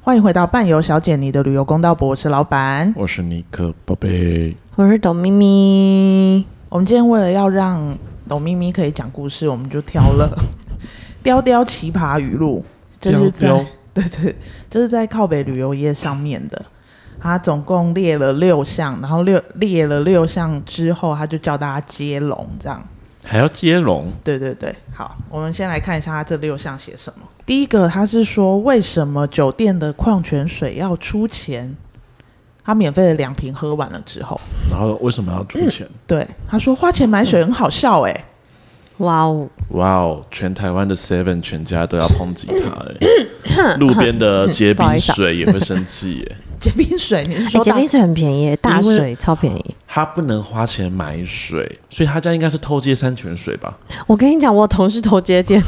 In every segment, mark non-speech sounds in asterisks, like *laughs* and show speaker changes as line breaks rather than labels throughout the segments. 欢迎回到伴游小姐你的旅游公道博，我是老板。
我是尼克宝贝，
我是董咪咪，
我们今天为了要让董咪咪可以讲故事，我们就挑了 *laughs* 雕雕奇葩语录，这是在
雕雕
*laughs* 对对，这是在靠北旅游业上面的。他总共列了六项，然后六列了六项之后，他就叫大家接龙，这样。
还要接龙，
对对对，好，我们先来看一下它这六项写什么。第一个，他是说为什么酒店的矿泉水要出钱？他免费的两瓶喝完了之后，
然后为什么要出钱？
对他说花钱买水很好笑哎、
嗯哇哦，
嗯
哇哦，全台湾的 Seven 全家都要抨击他哎、
嗯
路边的结
不好
冰
意思啊
水也会生气
*laughs*
哎耶、
结冰水，你是
哎，
说
结
大、
冰水很便宜，大水超便宜。
他不能花钱买水，所以他家应该是偷接山泉水吧？
我跟你讲，我同事头接电，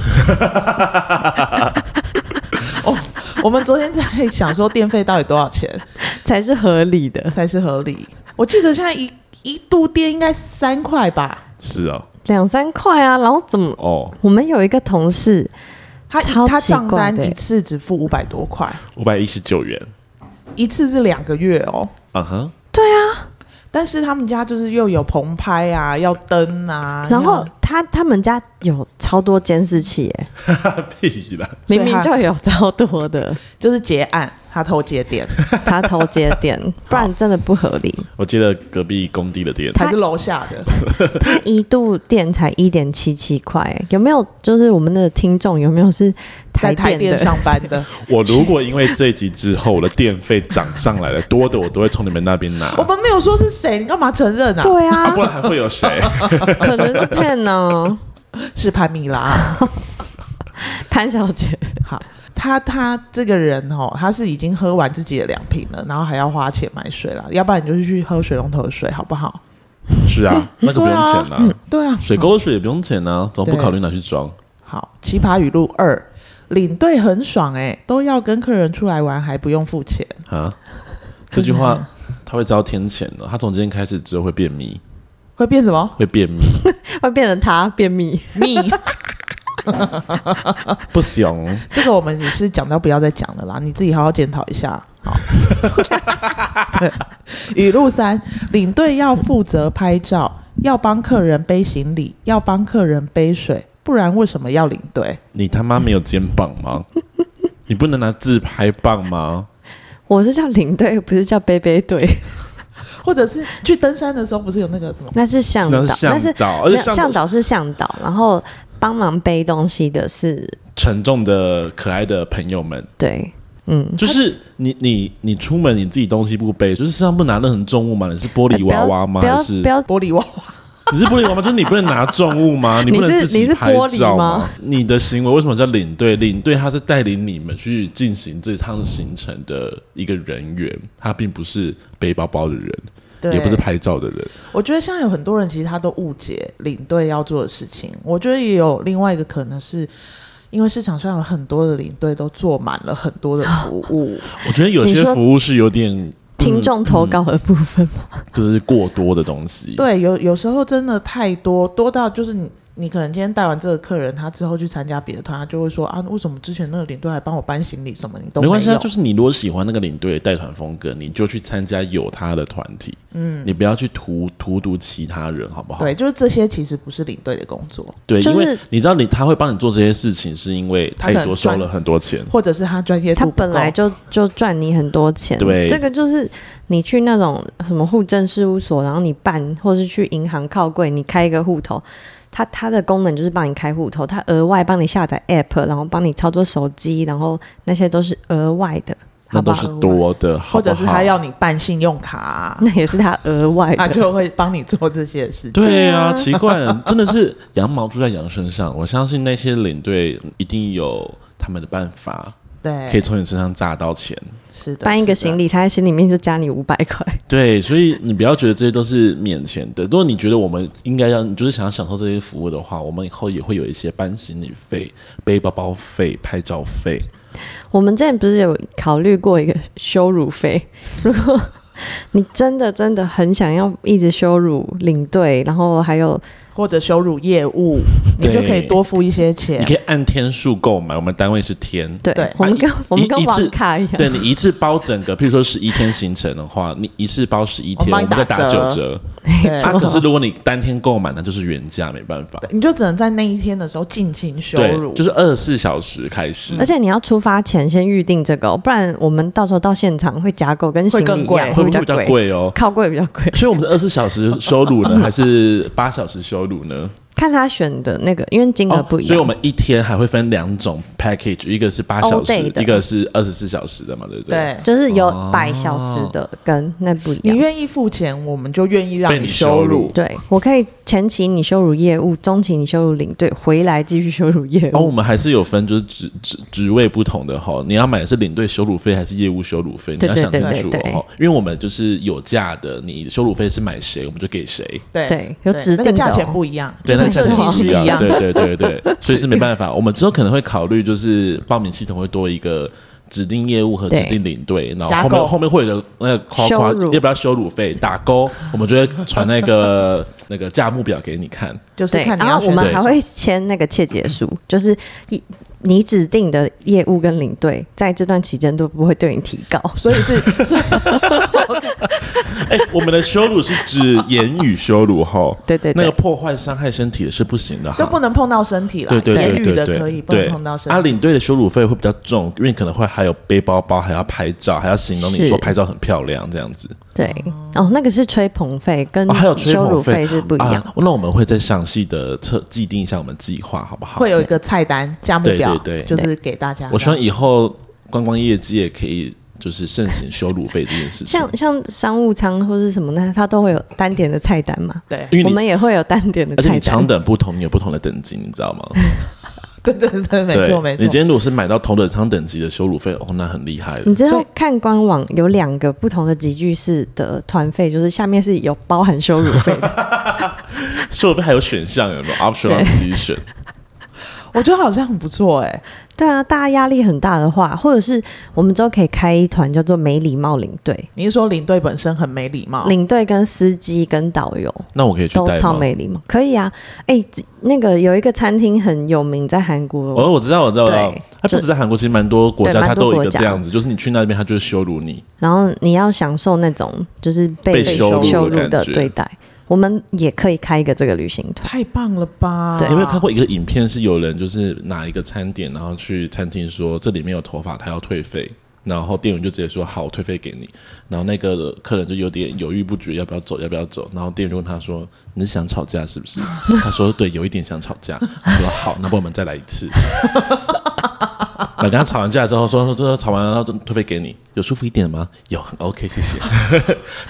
哦？ *laughs* 我们昨天在想说电费到底多少钱
才是合理的，
才是合
*laughs*
理？我记得现在一一度电应该三块吧，
是啊，
两三块啊。然后怎么？
哦，
我们有一个同事，
他
超
他
奇
账
怪
单
的
一次只付五百多块，
五百一十九元，
一次是两个月哦。
嗯哼，
但是他们家就是又有棚拍啊，要灯啊，
然后
要
他他们家有超多监视器耶，
屁啦，
所以
明明
他
就有超多 *laughs* 的，
就是结案，他偷接电，
*laughs* 他头接电，不然真的不合理。
我接了隔壁工地的电，
还是楼下的，
他一度电才一点七七块，有没有？就是我们的听众有没有是
在台
电
电
的？
上班
*laughs*
的。
我如果因为这一集之后我的电费涨上来了，多的我都会从你们那边拿，
我们没有说是谁，你干嘛承认啊？
对啊
不，然还会有谁？
可能是骗哦呢、
是潘米拉。
潘小姐。
好，他他这个人哦，他是已经喝完自己的两瓶了，然后还要花钱买水了，要不然你就去喝水龙头的水，好不好？
是
嗯
啊，那个不用钱呐、
对啊，
水沟的水也不用钱呐、怎么不
对
考虑拿去装？
好，奇葩语录二，领队很爽哎、都要跟客人出来玩还不用付钱。
啊，这句话他会遭天谴的。他从今天开始之后会便秘，
会变什么？
会便秘，
会变成他便秘。
蜜，
不行。
这个我们也是讲到不要再讲了啦，你自己好好检讨一下。好， *laughs* 对，语录三，领队要负责拍照，要帮客人背行李，要帮客人背水，不然为什么要领队？
你他妈没有肩膀吗？你不能拿自拍棒吗？
*laughs* 我是叫领队，不是叫背背队，
或者是去登山的时候，不是有那个什么？
那是向导，
那是
那
向
是
导，
没
而
有
且
向
向导
导是向导，然后帮忙背东西的是
沉重的可爱的朋友们，
对，嗯，
就是你你你出门你自己东西不背，就是身上不拿任何重物吗？你是玻璃娃娃吗？
哎不要
还是
不要，
玻璃娃娃，
*laughs* 你是玻璃娃娃吗？就是你不能拿重物
*laughs*
吗？你不能
你是
自己
你是
拍
玻璃
照
吗
吗？你的行为为什么叫领队？领队他是带领你们去进行这趟行程的一个人员，他并不是背包包的人，
对，
也不是拍照的人。
我觉得现在有很多人其实他都误解领队要做的事情。我觉得也有另外一个可能是，因为市场上有很多的领队都做满了很多的服务。 *gasps*
我觉得有
你
些
说
服务是有点
听
嗯
众投稿的部分吗？
就是过多的东西。，
对，有有时候真的太多，多到就是你你可能今天带完这个客人，他之后去参加别的团，他就会说啊，为什么之前那个领队还帮我搬行李什么，你都
没
有
关系，啊，就是你如果喜欢那个领队的带团风格，你就去参加有他的团体。嗯，你不要去荼荼毒其他人，好不好？
对，就是这些其实不是领队的工作，
对，
就是
因为你知道你他会帮你做这些事情，是因为他
他可
也
能
多收
专
了很多钱。
或者是他专业
他
度不
本来
够
就就赚你很多钱，
对
这个就是你去那种什么户政事务所，然后你办，或是去银行靠柜，你开一个户头，它它的功能就是帮你开户头，它额外帮你下载 app，然后帮你操作手机，然后那些都是额外
*laughs*
的，
那
好
都
吧
是？多的，好
或
不
者
好
是他要你办信用卡啊、
那也是他额外
他 *laughs*
的，
就会帮你做这些事情。
对啊， *laughs* 奇怪了，真的是羊毛出在羊身上。我相信那些领队一定有他们的办法，
对，
可以从你身上榨到钱。
是的，
搬一个
是的
行李，他在心里面就加你五百块，
对，所以你不要觉得这些都是免钱的。如果你觉得我们应该要，你就是想要享受这些服务的话，我们以后也会有一些搬行李费、背包包费、拍照费。
我们之前不是有考虑过一个羞辱费？如果你真的真的很想要一直羞辱领队，然后还有
或者羞辱业务，你就可以
对
多付一些
你
钱。
可以按天数购买，我们单位是天。
对
对
我们跟
啊一
*laughs* 我们跟
一一次
网咖一样，
啊
对你一次包整个，譬如说十一天行程的话，你一次包十一天，
我帮
我
你
们再打
打
九
折
折。
对
啊，可是如果你当天购买，那就是原价，没办法。
你就只能在那一天的时候尽情羞
对，
辱，
就是二十四小时开始。
而且你要出发前先预定这个哦、不然我们到时候到现场会夹购跟行李一
会
样，
更贵
会不
比
会
较
比较贵哦？
靠贵比较贵，
所以我们是二十四小时收入
*laughs*
呢，还是八小时收入呢？
看他选的那个，因为金额
哦
不一，
所以
样。
我们一天还会分两种 package，一个是八小
All
时
day，的
一个是二十四小时的嘛，对不对？
对。
就是有百小时的跟那不一
你
样。
哦
愿意付钱，我们就愿意让
被你
羞
羞辱
对我可以前期你羞辱业务，中期你羞辱领队，回来继续羞辱业
然后
务。
哦我们还是有分，就是职职职位不同的哈。你要买的是领队羞辱费还是业务羞辱费？你
对
要想清楚
对对对
哦，因为我们就是有价的，你羞辱费是买谁，我们就给谁。
对
对，有
对
指
那个
定的
价钱
哦、
不一样，
*laughs* 对，那个
没错
价钱不一
一样
样，对对对对，
*laughs*
对所以是没办法。我们之后可能会考虑，就是报名系统会多一个指定业务和指
对
定领队，然后
加
后面
购
后面会有一个那个夸夸
羞辱
要不要羞辱费打勾，我们就会传那个那个价目表给你看。
*laughs* 就是
对，
看你
然
要
后我
选
们
择
还会签那个切结
*laughs*
书，就是一你指定的业务跟领队在这段期间都不会对你提高。
所以是，所以
哎，我们的羞辱是指言语羞辱哈，
*laughs* 对对
那
对
个破坏伤害身体的是不行的哈，
就不能碰到身体了，*laughs*
对对
言
对
语
对
的
对，
可以，不能碰到身
啊，
体。
领队的羞辱费会比较重，因为可能会还有背包包，还要拍照，还要形容你
是
说拍照很漂亮这样子。
对，哦，那个是吹捧费跟
哦还有吹
羞
捧
辱嗯费是不一样。
啊。那我们会再详细的测既定一下我们计划，好不好？
会有一个菜单价目
对
表，
对对
就是给大家。
我希望以后观光业界也可以就是盛行羞辱费这件事情。
像像商务舱或是什么呢，它都会有单点的菜单嘛。
对 *laughs*
因为
我
你
们也会有单点的
而且
菜
你
单
强。等不同，你有不同的等级，你知道
*laughs*
吗？
对对对，没
对
错没错。
你今天如果是买到头等舱等级的羞辱费，哦，那很厉害了
你。知
所
道
以
看官网有两个不同的集聚式的团费，就是下面是有包含羞辱费
*laughs*
的，
羞辱费还有选项，有没有 option 让自己选？
我觉得好像很不错哎、
对啊，大家压力很大的话，或者是我们之后可以开一团叫做没礼貌领队，
你是说领队本身很没礼貌？
领队跟司机跟导游
那我可以哦去
都
带
超
吗？
没礼貌，可以啊。哎、这那个有一个餐厅很有名，在韩国，
哦，我知道，我知道，我知道
对
它不
就
止在韩国，其实蛮多国家
对
它
蛮多
都有一
国
个
家
这样子，就是你去那边，它就是羞辱你。
然后你要享受那种就是被
被
羞辱的
羞辱
感
的
觉
对待。我们也可以开一个这个旅行团，
太棒了吧！
对
你有没有看过一个影片，是有人就是拿一个餐点，然后去餐厅说这里没有头发，他要退费，然后店员就直接说好，我退费给你。然后那个客人就有点犹豫不决，要不要走，要不要走。然后店员就问他说：“你是想吵架是不是？”他说：“对，有一点想吵架。”他说：“好，那不然我们再来一次。”然后跟他吵完架之后，说说说吵完了，然后退费给你，有舒服一点吗？有，OK，谢谢。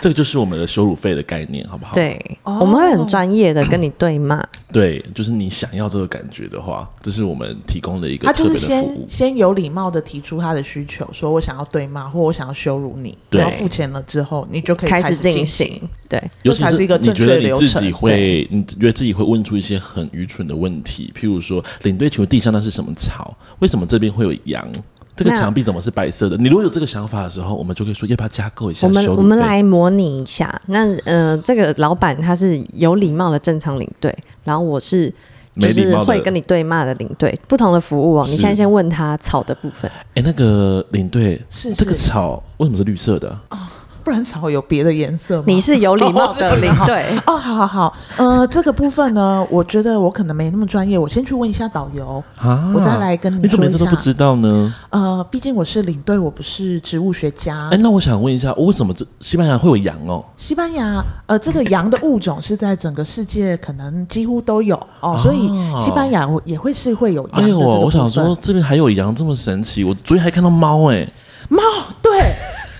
这个就是我们的羞辱费的概念，好不好？
对，我们会很专业的跟你对骂，
对，就是你想要这个感觉的话，这是我们提供的一个
他
特
啊就是
别的服务
先。先有礼貌的提出他的需求，说我想要对骂，或我想要羞辱你。
对
然后付钱了之后，你就可以
开
始
始进
行。
行。对，
尤其
这才是一个
你
正确
觉
的
得你
流
自
程
己会，你觉得自己会问出一些很愚蠢的问题，譬如说，领队，请问地上那是什么草？为什么这边会有羊？这个
那
墙壁怎么是白色的？你如果有这个想法的时候，我们就可以说要不要加购一下
我们
羞辱
我们
费
来模拟一下。那呃，这个老板他是有礼貌的正常领队，然后我是。就
没礼
是
貌的
会跟你对骂的领队，不同的服务哦。你
是
现在先问他草的部分，
哎，那个领队，
是哦
这个
是
草为什么是绿色的啊？
不然草有别的颜色吗？
你是有礼貌
哦
的
是
领队，
哦，好好好，呃，这个部分呢，我觉得我可能没那么专业，我先去问一下导游，
啊
我再来跟
你怎
说
么连
一
这
下。
都不知道呢？
呃，毕竟我是领队，我不是植物学家
哎，。那我想问一下，为什么这西班牙会有羊哦？
西班牙，呃，这个羊的物种是在整个世界可能几乎都有哦，所以
哦
西班牙也会是会有羊的
哎
这
呦，
个部分。
我想说这边还有羊这么神奇，我昨天还看到猫哎、
猫，对，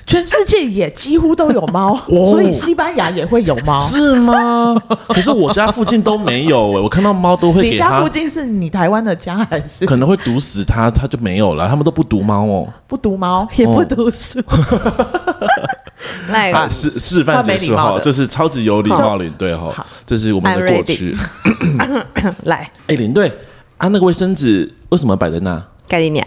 全世界也几乎都有
*laughs*
猫，所以西班牙也会有猫。
哦是吗？可是我家附近都没有哎、我看到猫都会
你
给
家附
它，
近是你台湾的家还是
可能会毒死它，它就没有了，他们都不毒猫哦。
不读猫？
也不读书。
*coughs*
来， *coughs*
啊，示示
他
范
没
结
礼
束
貌
哈，
的
这是超级有礼貌领队哈
好，
这是我们的
I'm
过去。
来，
哎，领队啊，那个卫生纸为什么摆在那？
盖里尼亚，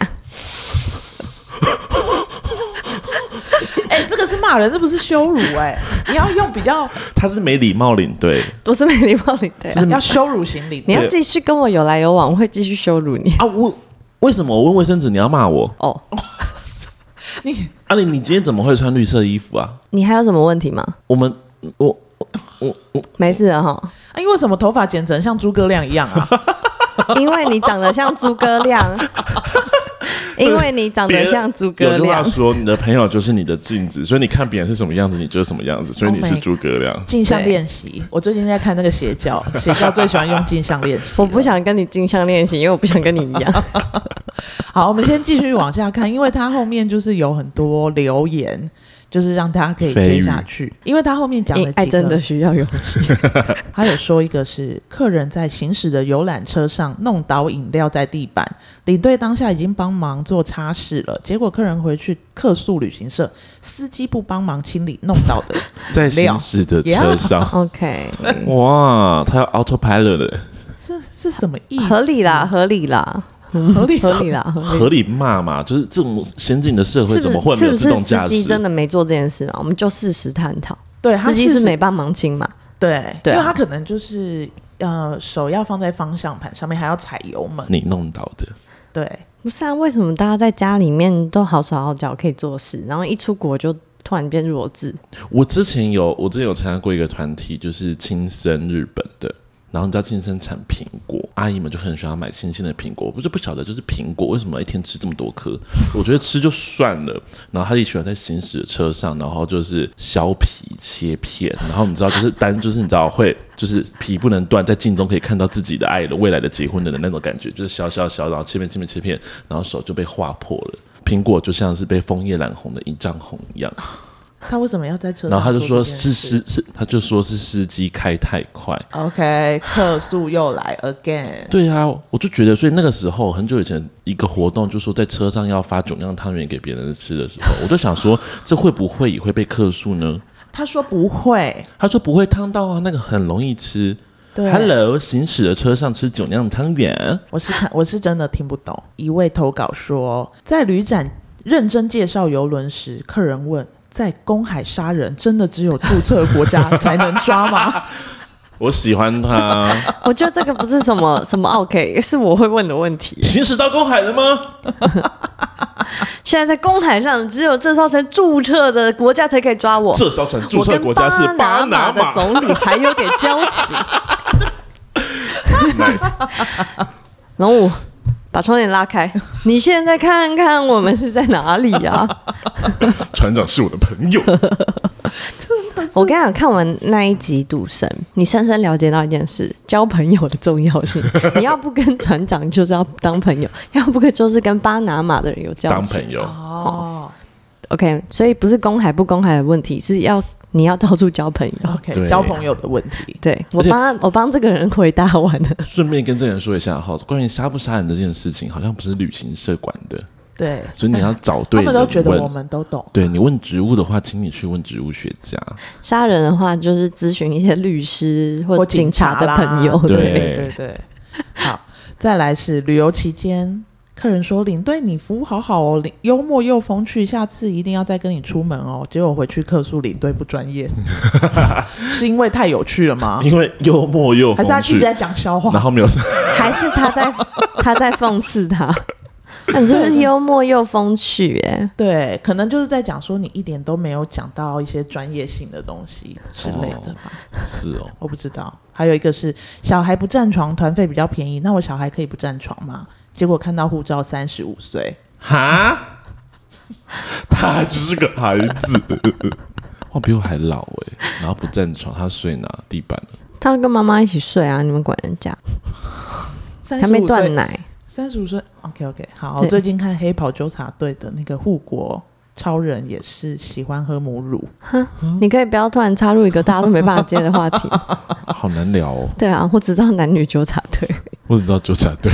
哎、这个是骂人，这不是羞辱
*laughs*
哎、你要用比较
他是没礼貌领队，
我是没礼貌领队啊、
要羞辱型领
你
队，
要继续跟我有来有往，我会继续羞辱
*laughs*
你。
啊，我为什么我问卫生纸你要骂我？
哦，
你
啊你，你今天怎么会穿绿色衣服啊？
你还有什么问题吗？
我们我
没事了哈。
啊，因为什么头发剪成像诸葛亮一样啊？
因为你长得像诸葛亮，因为你长得像诸葛
有句话
亮，
说，你的朋友就是你的镜子，所以你看别人是什么样子，你就是什么样子，所以你
哦
Oh
是
my
诸葛亮。
镜像练
*laughs*
习，我最近在看那个邪教，邪教最喜欢用镜像练习。
我不想跟你镜像练习，因为我不想跟你一样。
好，我们先继续往下看，因为它后面就是有很多留言，就是让大家可以
蜚
接
语
下去。因为它后面讲了
因
几
为
个，
爱哎真的需要勇气。
他有说一个是客人在行驶的游览车上弄倒饮料在地板，领队当下已经帮忙做擦拭了，结果客人回去客诉旅行社，司机不帮忙清理弄倒的，
在行驶的车上，
OK，
哇，他要 autopilot 的，
这是什么意思？
合
*laughs*
理啦，合理啦，
合理
合理啦，合理。
合理骂嘛，就是这种先进的社会
是不
怎么会
是
没
是
有自
不是
动
司
驾
机
驶？
真的没做这件事啊？我们就事实探讨。
对，他
司机是
没
没帮忙清嘛？
对，
对啊
因为他可能就是呃手要放在方向盘上面，还要踩油门，
你弄到的，
对，
不是啊，为什么大家在家里面都好手好脚可以做事，然后一出国就突然变弱智？
我之前有，我之前有参加过一个团体，就是亲生日本的。然后你知道亲生产苹果，阿姨们就很喜欢买新鲜的苹果。我就不晓得，就是苹果为什么一天吃这么多颗？我觉得吃就算了，然后她也喜欢在行驶的车上，然后就是削皮切片。然后你知道，就是单就是你知道会就是皮不能断，在镜中可以看到自己的爱人未来的结婚的那种感觉，就是削削削，然后切片切片切片，然后手就被划破了。苹果就像是被枫叶染红的一丈红一样。
他为什么要在车上？
然后他就说是司是，他就说是司机开太快。
OK，客诉又来 again，
对啊，我就觉得，所以那个时候很久以前一个活动，就说在车上要发九酿汤圆给别人吃的时候，我就想说，这会不会也会被客诉呢？
他说不会，
他说不会烫到啊，那个很容易吃。
对
Hello，行驶的车上吃九酿汤圆，
我是看我是真的听不懂。一位投稿说，在旅展认真介绍游轮时，客人问：在公海杀人真的只有注册国家才能抓
*laughs*
吗？
我喜欢它。
*laughs* 我觉得这个不是什么什么 OK，是我会问的问题。
行驶到公海了吗？
现在在公海上，只有郑少成注册的国家才可以抓我。
这艘船注册国家是
我跟
拿
巴拿的总理还有点交情。
Nice，
龙武，把窗帘拉开，你现在看看我们是在哪里啊？
*laughs* 船长是我的朋
*laughs*
友。
我跟你讲，看完那一集《赌神》，你深深了解到一件事：交朋友的重要性。你要不跟船长，就是要当朋友；要不就是跟巴拿马的人有交
当
情
朋。友，
哦
OK，所以不是公海不公海的问题，是要你要到处交朋友。
，OK，
对
交朋友的问题。
对我
而且
帮他我帮这个人回答完了，
顺便跟这个人说一下哈，关于杀不杀人这件事情，好像不是旅行社管的，
对，
所以你要找对
他
人
们
问。
都觉得我们都懂。
对你问植物的话，请你去问植物学家。
杀人的话就是咨询一些律师或
或
警察的
啦
朋友。
对
对对对。好，再来是旅游期间，客人说领队你服务好好哦，领幽默又风趣，下次一定要再跟你出门哦。结果回去客诉领队不专
*laughs*
业，是因为太有趣了吗？
因为幽默又
还是他
风
一直
趣，
在讲笑
然
话？
后没有，
还是他在他在讽刺他。 *laughs* 那你真是幽默又风趣哎、
对，可能就是在讲说你一点都没有讲到一些专业性的东西之类的吧，
是哦，
我不知道。还有一个是小孩不占床，团费比较便宜，那我小孩可以不占床吗？结果看到护照三十五岁，
哈，他只是个孩子， *laughs* 哇，比我还老哎、然后不占床，他睡哪地板了？
他跟妈妈一起睡啊，你们管人家？
三
还
十
没
五岁
断奶，
三十五岁，OK OK，好。
对
我最近看《黑袍纠察队》的那个护国超人，也是喜欢喝母乳。
你可以不要突然插入一个大家都没办法接的话 *laughs* 题。
好难聊哦，
对啊，我只知道男女纠察队，
我只知道纠察队。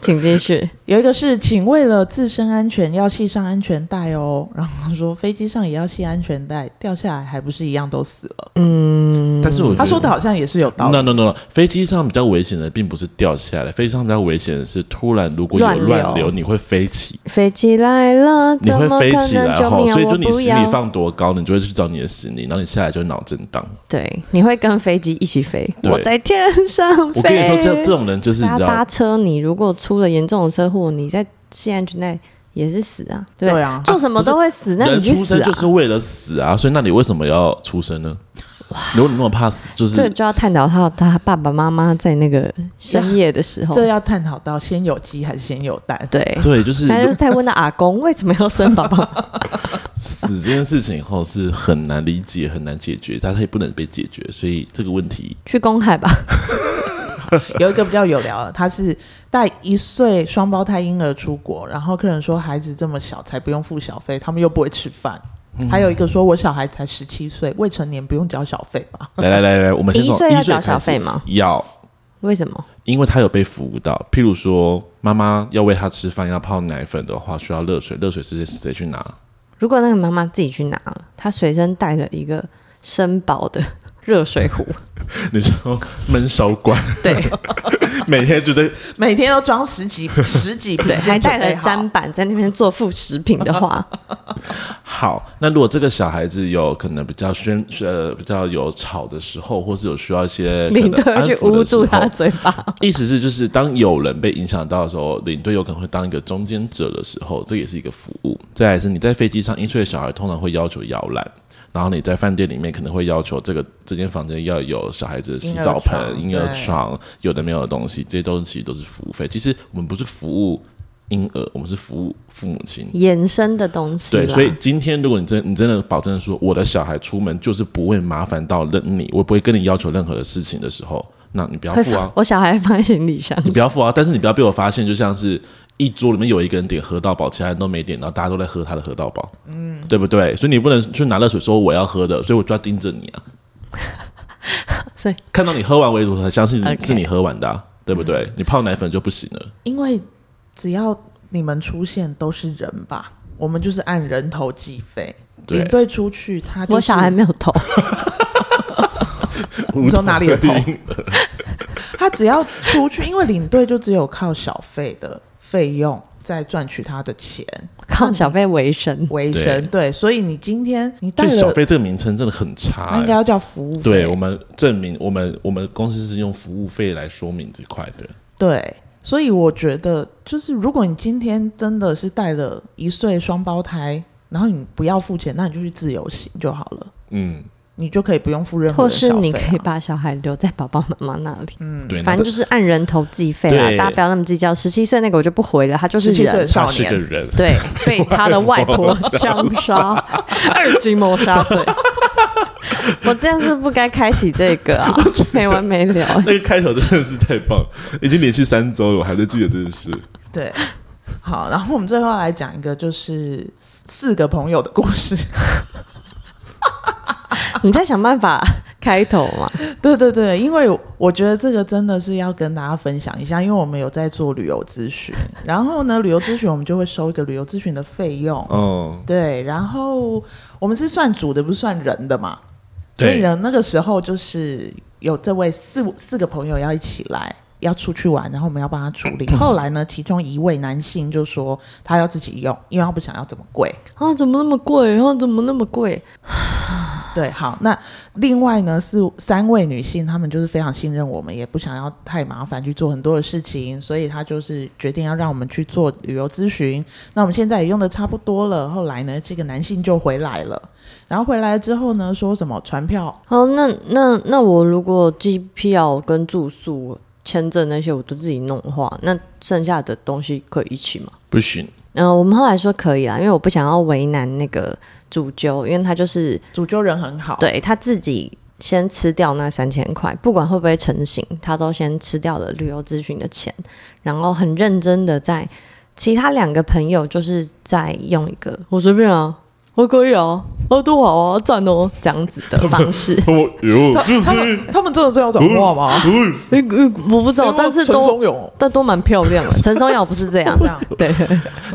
请继续。
有一个是，请为了自身安全要系上安全带哦。然后说飞机上也要系安全带，掉下来还不是一样都死了。
嗯，
但是我觉得
他说的好像也是有道理。
No no no，no，飞机上比较危险的并不是掉下来，飞机上比较危险的是突然如果有
乱流
乱流，你会飞起，
*laughs* 飞起来了，
你
怎
会
么
飞
可
起来
能？救
吼，
命啊！
所以就
我
你
不
行李
要。
放多高，你就会去找你的行李，然后你下来就会脑震荡。
对，你会跟飞机一起飞。
对
我在天上飞。
我跟你说，这这种人就是你
搭
知道
搭，车，你如果出了严重的车祸，你在现在之内也是死啊，对不
对啊
做什么都会死，那
人
你
出
去死
生
啊，
就是为了死啊，所以那你为什么要出生呢？如果你那么怕死，就是
这就要探讨到他爸爸妈妈在那个深夜的时候，
这要探讨到先有鸡还是先有蛋？
对，
对，就是
他就在问他阿公为什么要生宝宝，
死这件事情后是很难理解、很难解决，但它也不能被解决，所以这个问题
去公海吧， *laughs*
*laughs* 有一个比较有聊的，他是带一岁双胞胎婴儿出国，然后客人说孩子这么小才不用付小费，他们又不会吃饭。
嗯
还有一个说我小孩才十七岁，未成年不用缴小费吧？
来来来来，我们先
一
从
岁要缴
开
小
始
费吗？
要，
为什么？
因为他有被服务到。譬如说，妈妈要喂他吃饭，要泡奶粉的话，需要热水，热水是谁谁去拿？ *laughs*
如果那个妈妈自己去拿了，她随身带了一个生宝的热水
*laughs*
壶，
你说闷烧罐，
对
*laughs* 每天就在
每天都装十
*laughs*
几十几瓶
嗯对，
先
还带
准备
了
好
砧板在那边做副食品的话，
*laughs*
好。那如果这个小孩子有可能比较喧呃比较有吵的时候，或是有需要一些可
领
能
队会
安
去
抚
捂
的时
住他
候
的，嘴巴。
*laughs*
意思是就是当有人被影响到的时候，领队有可能会当一个中间者的时候，这也是一个服务。再来是你在飞机上，一岁的小孩通常会要求摇篮。然后你在饭店里面可能会要求这个这间房间要有小孩子的洗澡盆、
婴
婴
儿床
儿床，有的没有的东西，这些东西都是服务费。其实我们不是服务婴儿，我们是服务父母亲。
衍生的东西啦。
对，所以今天如果你真你真的保证说我的小孩出门就是不会麻烦到任你，我不会跟你要求任何的事情的时候，那你不要
会
付啊
放。我小孩放在行李
*laughs*
箱。
你不要付啊，但是你不要被我发现，就像是一桌里面有一个人点喝到饱，其他人都没点，然后大家都在喝他的喝到饱，嗯，对不对？所以你不能去拿热水说我要喝的，所以我就要盯着你
*laughs*
啊。
所以
看到你喝完为止，我才相信
OK
是你喝完的、啊对不
嗯
对？你泡奶粉就不行了。
因为只要你们出现都是人吧，我们就是按人头计费。
对
领队出去，他、就是、
我小孩没有
*laughs*
头，
*laughs*
你说哪里有头
无头婴
*laughs* 他只要出去，因为领队就只有靠小费的费用在赚取他的钱
靠小费为生。
为生。
对
对，所以你今天你带
对小
了，
*laughs* 费这个名称真的很差、
那应该
欸
要叫服务费。
对我们证明，我们我们公司是用服务费来说明这块的。
对，所以我觉得就是，如果你今天真的是带了一岁双胞胎，然后你不要付钱，那你就去自由行就好了，
嗯，你
你就可以不用 *laughs* 付任何
或
的小费
是
啊、嗯
你可以把小孩留在宝宝妈妈那里，
对，
反正就是按人头计费啦，
对
大家不要那么计较。十七岁那个我就不回了，他就是
十七岁
人
的，
他
少
是个
年，
人，
对，被他的外婆枪 *laughs* 杀，二级谋杀罪。 *laughs* 我这样是不该开启这个啊， *laughs* 没完没了。
*laughs* 那个开头真的是太棒，已经连续三周了，我还在记得这件事。
对。好，然后我们最后来讲一个，就是四四个朋友的故事。
你在想办法开头嘛？
对对对，因为我觉得这个真的是要跟大家分享一下，因为我们有在做旅游咨询，然后呢，旅游咨询我们就会收一个旅游咨询的费用，
哦，
对，然后我们是算组的，不是算人的嘛，所
对
以呢，那个时候就是有这位四四个朋友要一起来。要出去玩，然后我们要帮他处理。后来呢，其中一位男性就说他要自己用，因为他不想要这么贵。
啊，怎么那么贵？啊，怎么那么贵？
对，好，那另外呢是三位女性，她们就是非常信任我们，也不想要太麻烦去做很多的事情，所以她就是决定要让我们去做旅游咨询。那我们现在也用的差不多了，后来呢，这个男性就回来了，然后回来之后呢，说什么船票
哦，那那那我如果机票跟住宿、签证那些我都自己弄的话，那剩下的东西可以一起吗？
不行，。
嗯、我们后来说可以啊啦，因为我不想要为难那个主揪，因为他就是
主揪人很好，，
对他自己先吃掉那三千块，不管会不会成型，他都先吃掉了旅游咨询的钱，然后很认真的在其他两个朋友就是在用一个我随便啊，我可以啊，哦，多好啊，赞哦，这样子的方式 *laughs*
哦哟，
他
就
他
是
们他们真的这样讲话吗？
呃呃我不知道，但是
陈松
都
勇
但都蛮漂 *laughs* 亮的。陈松瑶不是这样
这，
*laughs*
样，
对，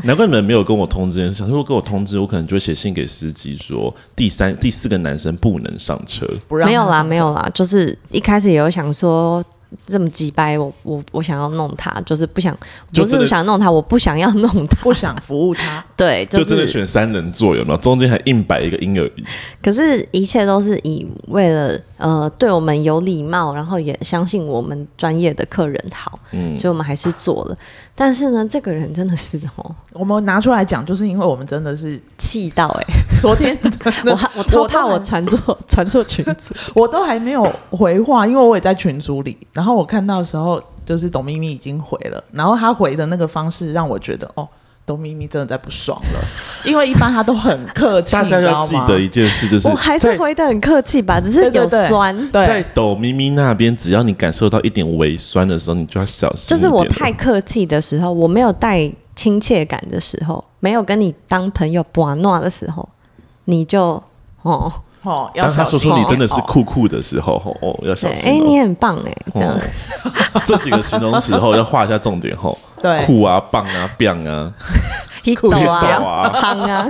难怪你们没有跟我通知这件事。想说如果跟我通知，我可能就会写信给司机说，第三、第四个男生不能上车。
不让
没有
他
啦，
们
没有啦，就是一开始也有想说这么鸡掰，我我我想要弄他，就是不想，
就
不
真的
是想弄他，我不想要弄他，
不想服务他，
对，
就是真的选三人座有没有？中间还硬摆一个婴儿椅，
可是，一切都是以为了呃对我们有礼貌，然后也相信我们专业的客人好，
嗯
所以我们还是做了。但是呢，这个人真的是哦，
我们拿出来讲，就是因为我们真的是
气到哎、
昨天
*laughs* 我我我超怕
都
我
还
传错 *laughs* 传错群组，
我都还没有回话，因为我也在群组里。然后我看到的时候，就是董咪咪已经回了，然后她回的那个方式让我觉得，哦，董咪咪真的在不爽了，因为一般她都很客气，
*laughs* 大家要
你知
记
道吗
得一件事，就是
我还是
在
回的很客气吧，只是
对对
有
对
酸。
对
在抖咪咪那边，只要你感受到一点微酸的时候，你就要小心一点。哦
就是我太客气的时候，我没有带亲切感的时候，没有跟你当朋友玩闹的时候，你就哦，
哦，要
当他
小
说
心
出你
哦
真的是酷酷的时候，吼哦，要
对，
小
哎、
心
你
哦。
很棒哎、这样 *laughs*
哦， *laughs* 这几个形容词后要画一下重点吼，
对
*laughs*
酷啊、棒啊、棒啊，
一
酷
抖
炫
抖
啊
啊，
*laughs* 夯啊，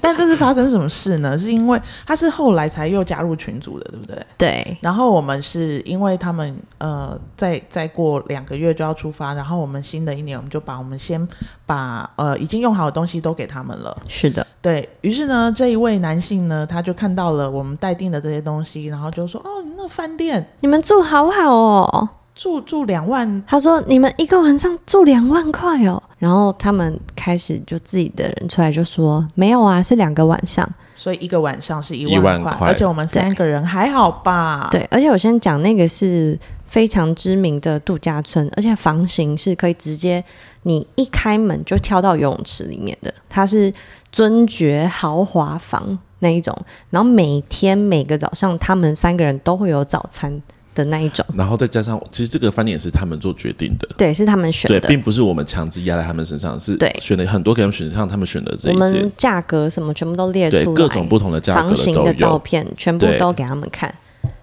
但这是发生什么事呢？是因为她是后来才又加入群组的，对不对？
对。
然后我们是因为他们呃，再再过两个月就要出发，然后我们新的一年我们就把我们先把呃已经用好的东西都给他们了。
是的，
对于是呢，这一位男性呢，他就看到了我们待定的这些东西，然后就说：“哦，那饭店
你们住好好哦。
住住两万，
他说你们一个晚上住两万块哦。然后他们开始就自己的人出来就说没有啊，是两个晚上。
所以一个晚上是一
一万
块，
块
而且我们三个人还好吧？，
对，而且我先讲那个是非常知名的度假村，而且房型是可以直接你一开门就跳到游泳池里面的，它是尊爵豪华房那一种。然后每天每个早上他们三个人都会有早餐的那一种，
然后再加上，其实这个饭店也是他们做决定的，
对，是他们选
对，
的。
并不是我们强制压在他们身上，是
对
选了很多给他们选项，他们选的这
我
一
们
间，
价格什么全部都列
对
出来，
各种不同的价格
房型
都
的照
有。
片全部
对
都给他们看，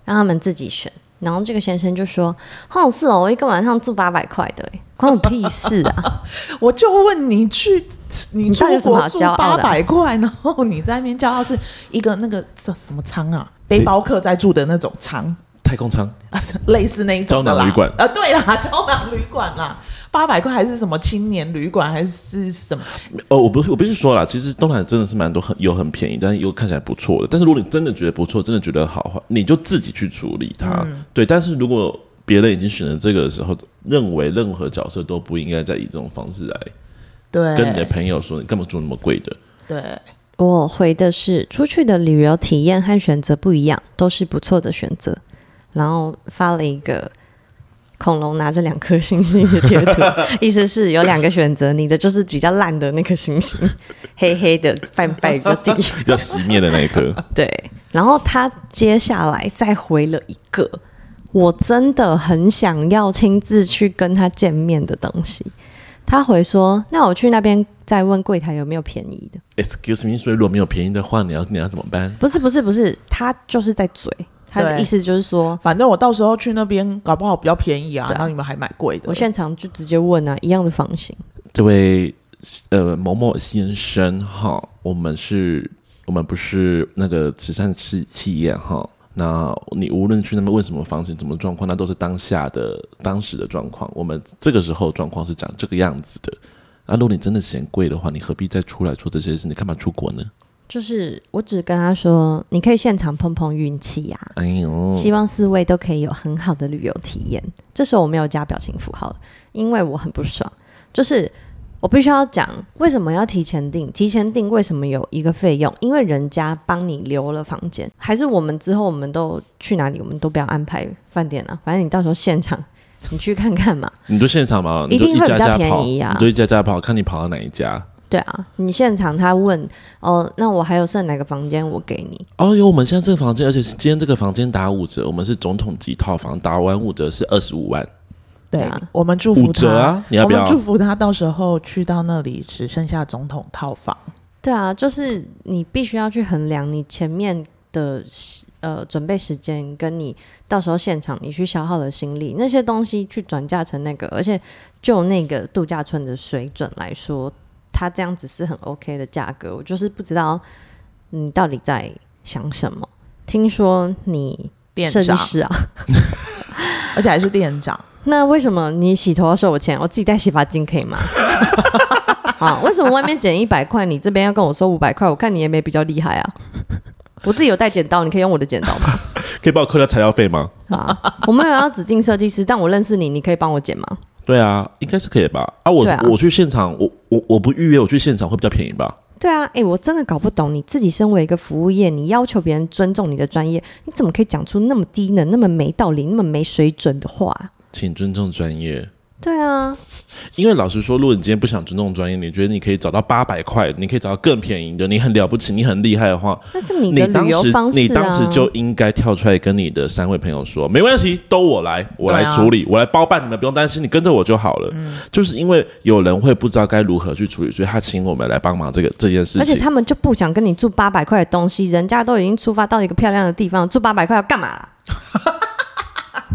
让他们自己选。然后这个先生就说：“哦，是哦，我一个晚上住八百块的欸，关我屁事
*laughs*
啊！
我就问你去你出
到底有什么
国
好
住
骄傲
八
的
百块，然后你在那边骄傲是一个那个这什么舱啊，背包客在住的那种舱。”
太空舱，
啊， *laughs* 类似那一种的啦
胶囊旅馆
呃，对啦， *laughs* 胶囊旅馆啦，八百块还是什么青年旅馆还是什么？
哦，我不我必须说啦，其实东南真的是蛮多很有很便宜，但是又看起来不错的。但是如果你真的觉得不错，真的觉得好的话，你就自己去处理它。
嗯
对，但是如果别人已经选了这个的时候，认为任何角色都不应该再以这种方式来
对，
跟你的朋友说，你干嘛住那么贵的？
对，
我回的是：“出去的旅游体验和选择不一样，都是不错的选择。”然后发了一个恐龙拿着两颗星星的贴
*laughs*
图，意思是有两个选择，你的就是比较烂的那颗星星，黑黑的，拜拜比较低。
要熄灭的那一刻，
对，然后他接下来再回了一个，我真的很想要亲自去跟他见面的东西。他回说：“那我去那边再问柜台有没有便宜的。
*laughs* Excuse me，所以如果没有便宜的话，你要你要怎么办”？
不是，不是，不是，他就是在嘴，他的
对
意思就是说，
反正我到时候去那边，搞不好比较便宜啊，
对啊
然后你们还买贵的。
我现场就直接问啊，一样的房型，
这位呃某某先生哈，我们是，我们不是那个慈善企企业哈。那你无论去那边问什么房型、什么状况，那都是当下的、当时的状况。我们这个时候状况是长这个样子的。那、如果你真的嫌贵的话，你何必再出来做这些事？你干嘛出国呢？
就是我只跟他说，你可以现场碰碰运气啊呀、
哎呦，
希望四位都可以有很好的旅游体验。这时候我没有加表情符号了，因为我很不爽。就是我必须要讲，为什么要提前订？提前订为什么有一个费用？因为人家帮你留了房间，还是我们之后我们都去哪里，我们都不要安排饭店了。反正你到时候现场 *laughs* 你去看看嘛。
你就现场嘛，你
一
就
定
一
会
家
比较
家
便
跑，
宜啊
你就一家家跑，看你跑到哪一家。
对啊，你现场他问哦，那我还有剩哪个房间，我给你。
哦，有我们现在这个房间，而且是今天这个房间打五折，我们是总统级套房，打完五折是二十五万，
对
对啊
我们祝
五
福
折
他，
啊！你要
我
不
们
要？
祝福他到时候去到那里只剩下总统套房。
对啊，就是你必须要去衡量你前面的时呃准备时间，跟你到时候现场你去消耗的心力那些东西去转嫁成那个，而且就那个度假村的水准来说，它这样子是很 OK 的价格。我就是不知道你到底在想什么。听说你
店
设计
长，
师啊，
而且还是店长。
那为什么你洗头要收我钱？我自己带洗发精可以 *laughs* 吗？啊，为什么外面减一百块，你这边要跟我收五百块？我看你也没比较厉害啊。我自己有带剪刀，你可以用我的剪刀吗？
可以帮我扣掉材料费吗？
啊， *laughs* 我们有要指定设计师，但我认识你，你可以帮我剪吗？
对啊，应该是可以吧？啊，我
对啊
我去现场，我我我不预约，我去现场会比较便宜吧？
对啊，诶，我真的搞不懂，你自己身为一个服务业，你要求别人尊重你的专业，你怎么可以讲出那么低能、那么没道理、那么没水准的话啊？
请尊重专业，
对啊，
因为老实说，如果你今天不想尊重专业，你觉得你可以找到八百块，你可以找到更便宜的，你很了不起，你很厉害的话，
那是你
你
的
当
旅游
时
方式啊。
你当时就应该跳出来跟你的三位朋友说，没关系，都我来，我来
对啊
处理，我来包办，你们不用担心，你跟着我就好了。
嗯
就是因为有人会不知道该如何去处理，所以他请我们来帮忙这个这件事
而且
情。
他们就不想跟你住八百块的东西，人家都已经出发到一个漂亮的地方，住八百块要干
*laughs*
嘛啦？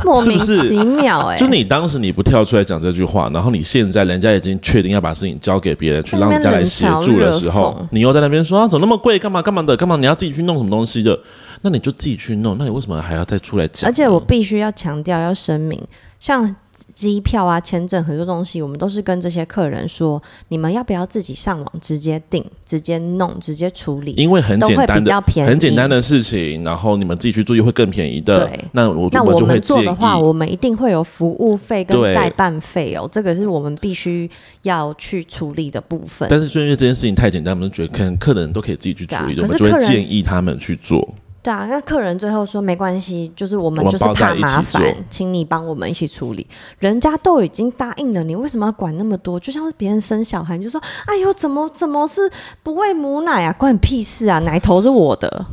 莫名其妙哎、
就你当时你不跳出来讲这句话，然后你现在人家已经确定要把事情交给别人去
在那
让
边
人家来协助的时
冷嘲热
候
讽，
你又在那边说、啊、怎么那么贵，干嘛干嘛的，干嘛你要自己去弄什么东西的？那你就自己去弄，那你为什么还要再出来讲呢？
嗯而且我必须要强调要声明，像机票啊、签证很多东西，我们都是跟这些客人说，你们要不要自己上网直接订、直接弄、直接处理？
因为嗯很
都
简
会
单
比较
的、
便宜，
很简单。的事情，然后你们自己去注意会更便宜的
对。
那我
那
我
我
就会
们
建
做
议
的，话，我们一定会有服务费跟
对
代办费哦，这个是我们必须要去处理的部分。
但是就因为这件事情太简单，我们就觉得可能客人都可以自己去处理的，
嗯对啊
我们
可是
就会
客人
建议他们去做。
对啊，那客人最后说没关系，就是我们
我们
就是
包在
怕
一起
麻烦
做，
请你帮我们一起处理。人家都已经答应了你，为什么要管那么多？就像是别人生小孩，你就说：“哎呦，怎么怎么是不喂母奶啊？关你屁事啊！奶头是我的，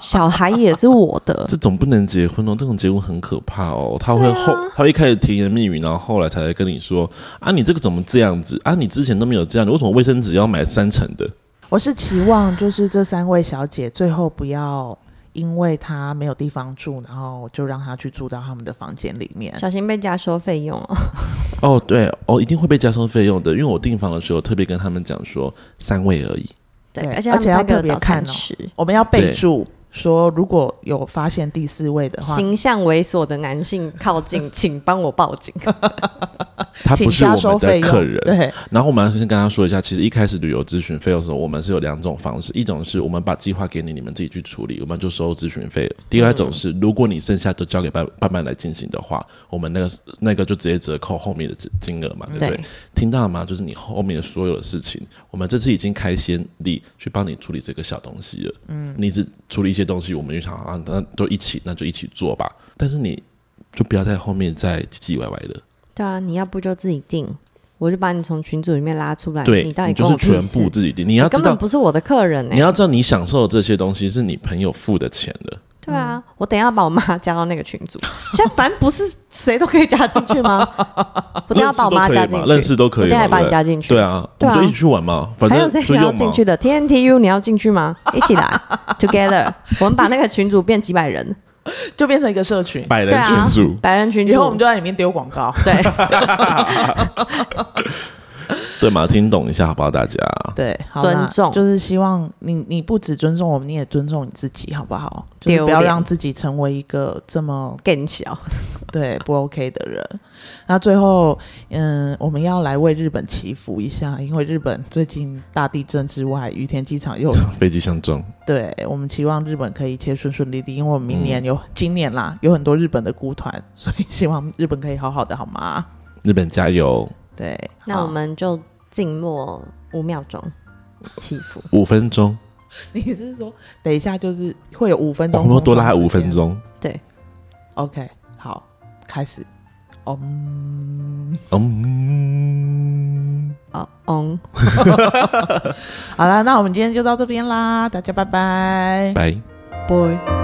小孩也是
*laughs*
我的。
这种不能结婚哦，这种结婚很可怕哦。他会
对啊
后，他会一开始甜言蜜语，然后后来才来跟你说啊，你这个怎么这样子啊？你之前都没有这样，你为什么卫生纸要买三层的？
我是期望就是这三位小姐最后不要因为她没有地方住，然后就让她去住到他们的房间里面。
小心被加收费用哦。
哦，对哦，一定会被加收费用的，因为我订房的时候特别跟他们讲说三位而已。
对，
对
而且
而
他们
且要
三个
特别
早
看
餐
哦
吃，
我们要备
对
注说，如果有发现第四位的话，
形象猥琐的男性靠
*laughs*
近，请帮我报警。
他
请
不是
加
我
收
们的
费用。
客人，
对，
然后我们要先跟他说一下，其实一开始旅游咨询费用的时候，我们是有两种方式，一种是我们把计划给你，你们自己去处理，我们就收咨询费了；第二种是，如果你剩下都交给伴伴伴来进行的话，我们那个那个就直接折扣后面的金金额嘛，对不对？
对
听到了吗？就是你后面的所有的事情，我们这次已经开先例去帮你处理这个小东西了。嗯，你只处理一些东西，我们就想啊，那都一起，那就一起做吧。但是你就不要在后面再唧唧歪歪了。
对啊，你要不就自己定，我就把你从群组里面拉出来。
对，
哎你到底
你就
跟
是
我屁
全
事
部自己定，你要哦知
根
道
本不是我的客人哎、
你要知道，你享受的这些东西是你朋友付的钱的。
对啊，我等一下把我妈加到那个群组。 *laughs* 现在反正不是谁都可以加进去
*laughs*
吗？我等一下把我妈加进去，
认识都可以嘛，
我等一下
认识都可以嘛
把你
对
加进去。
对啊，我
对啊
们就一起去玩嘛，反
还有
正
谁
就
想要
用
进
嘛
去。的 TNTU，你要进去吗？一起来 *laughs* ，Together，我们把那个群组变几百人，
就变成一个社群。
百人
对啊
群组，
百人群
以后我
组
们就。在里面丢广告。
*laughs*
*laughs*
对，
对嘛？听懂一下好不好，大家？
对，好啦
尊重
就是希望你，你不只尊重我们，你也尊重你自己，好不好？就是
丢
不要
脸
让自己成为一个这么
更小，
对不 OK 的人。那最后，嗯，我们要来为日本祈福一下，因为日本最近大地震之外，羽田机
*laughs*
场又
飞机相撞，
对我们期望日本可以一切顺顺利利，因为我们明年有、
嗯
今年啦，有很多日本的孤团，所以希望日本可以好好的，好吗？
日本加油！
对，
那
好 *laughs*
我们就静默五秒钟，祈福。
五分钟，
你是说等一下就是会有五分
哦我
钟，
们多拉五分。钟。
OK，好，开始。嗯，
嗯，
哦，嗯，
好了，那我们今天就到这边啦，大家拜拜。
拜。
b o y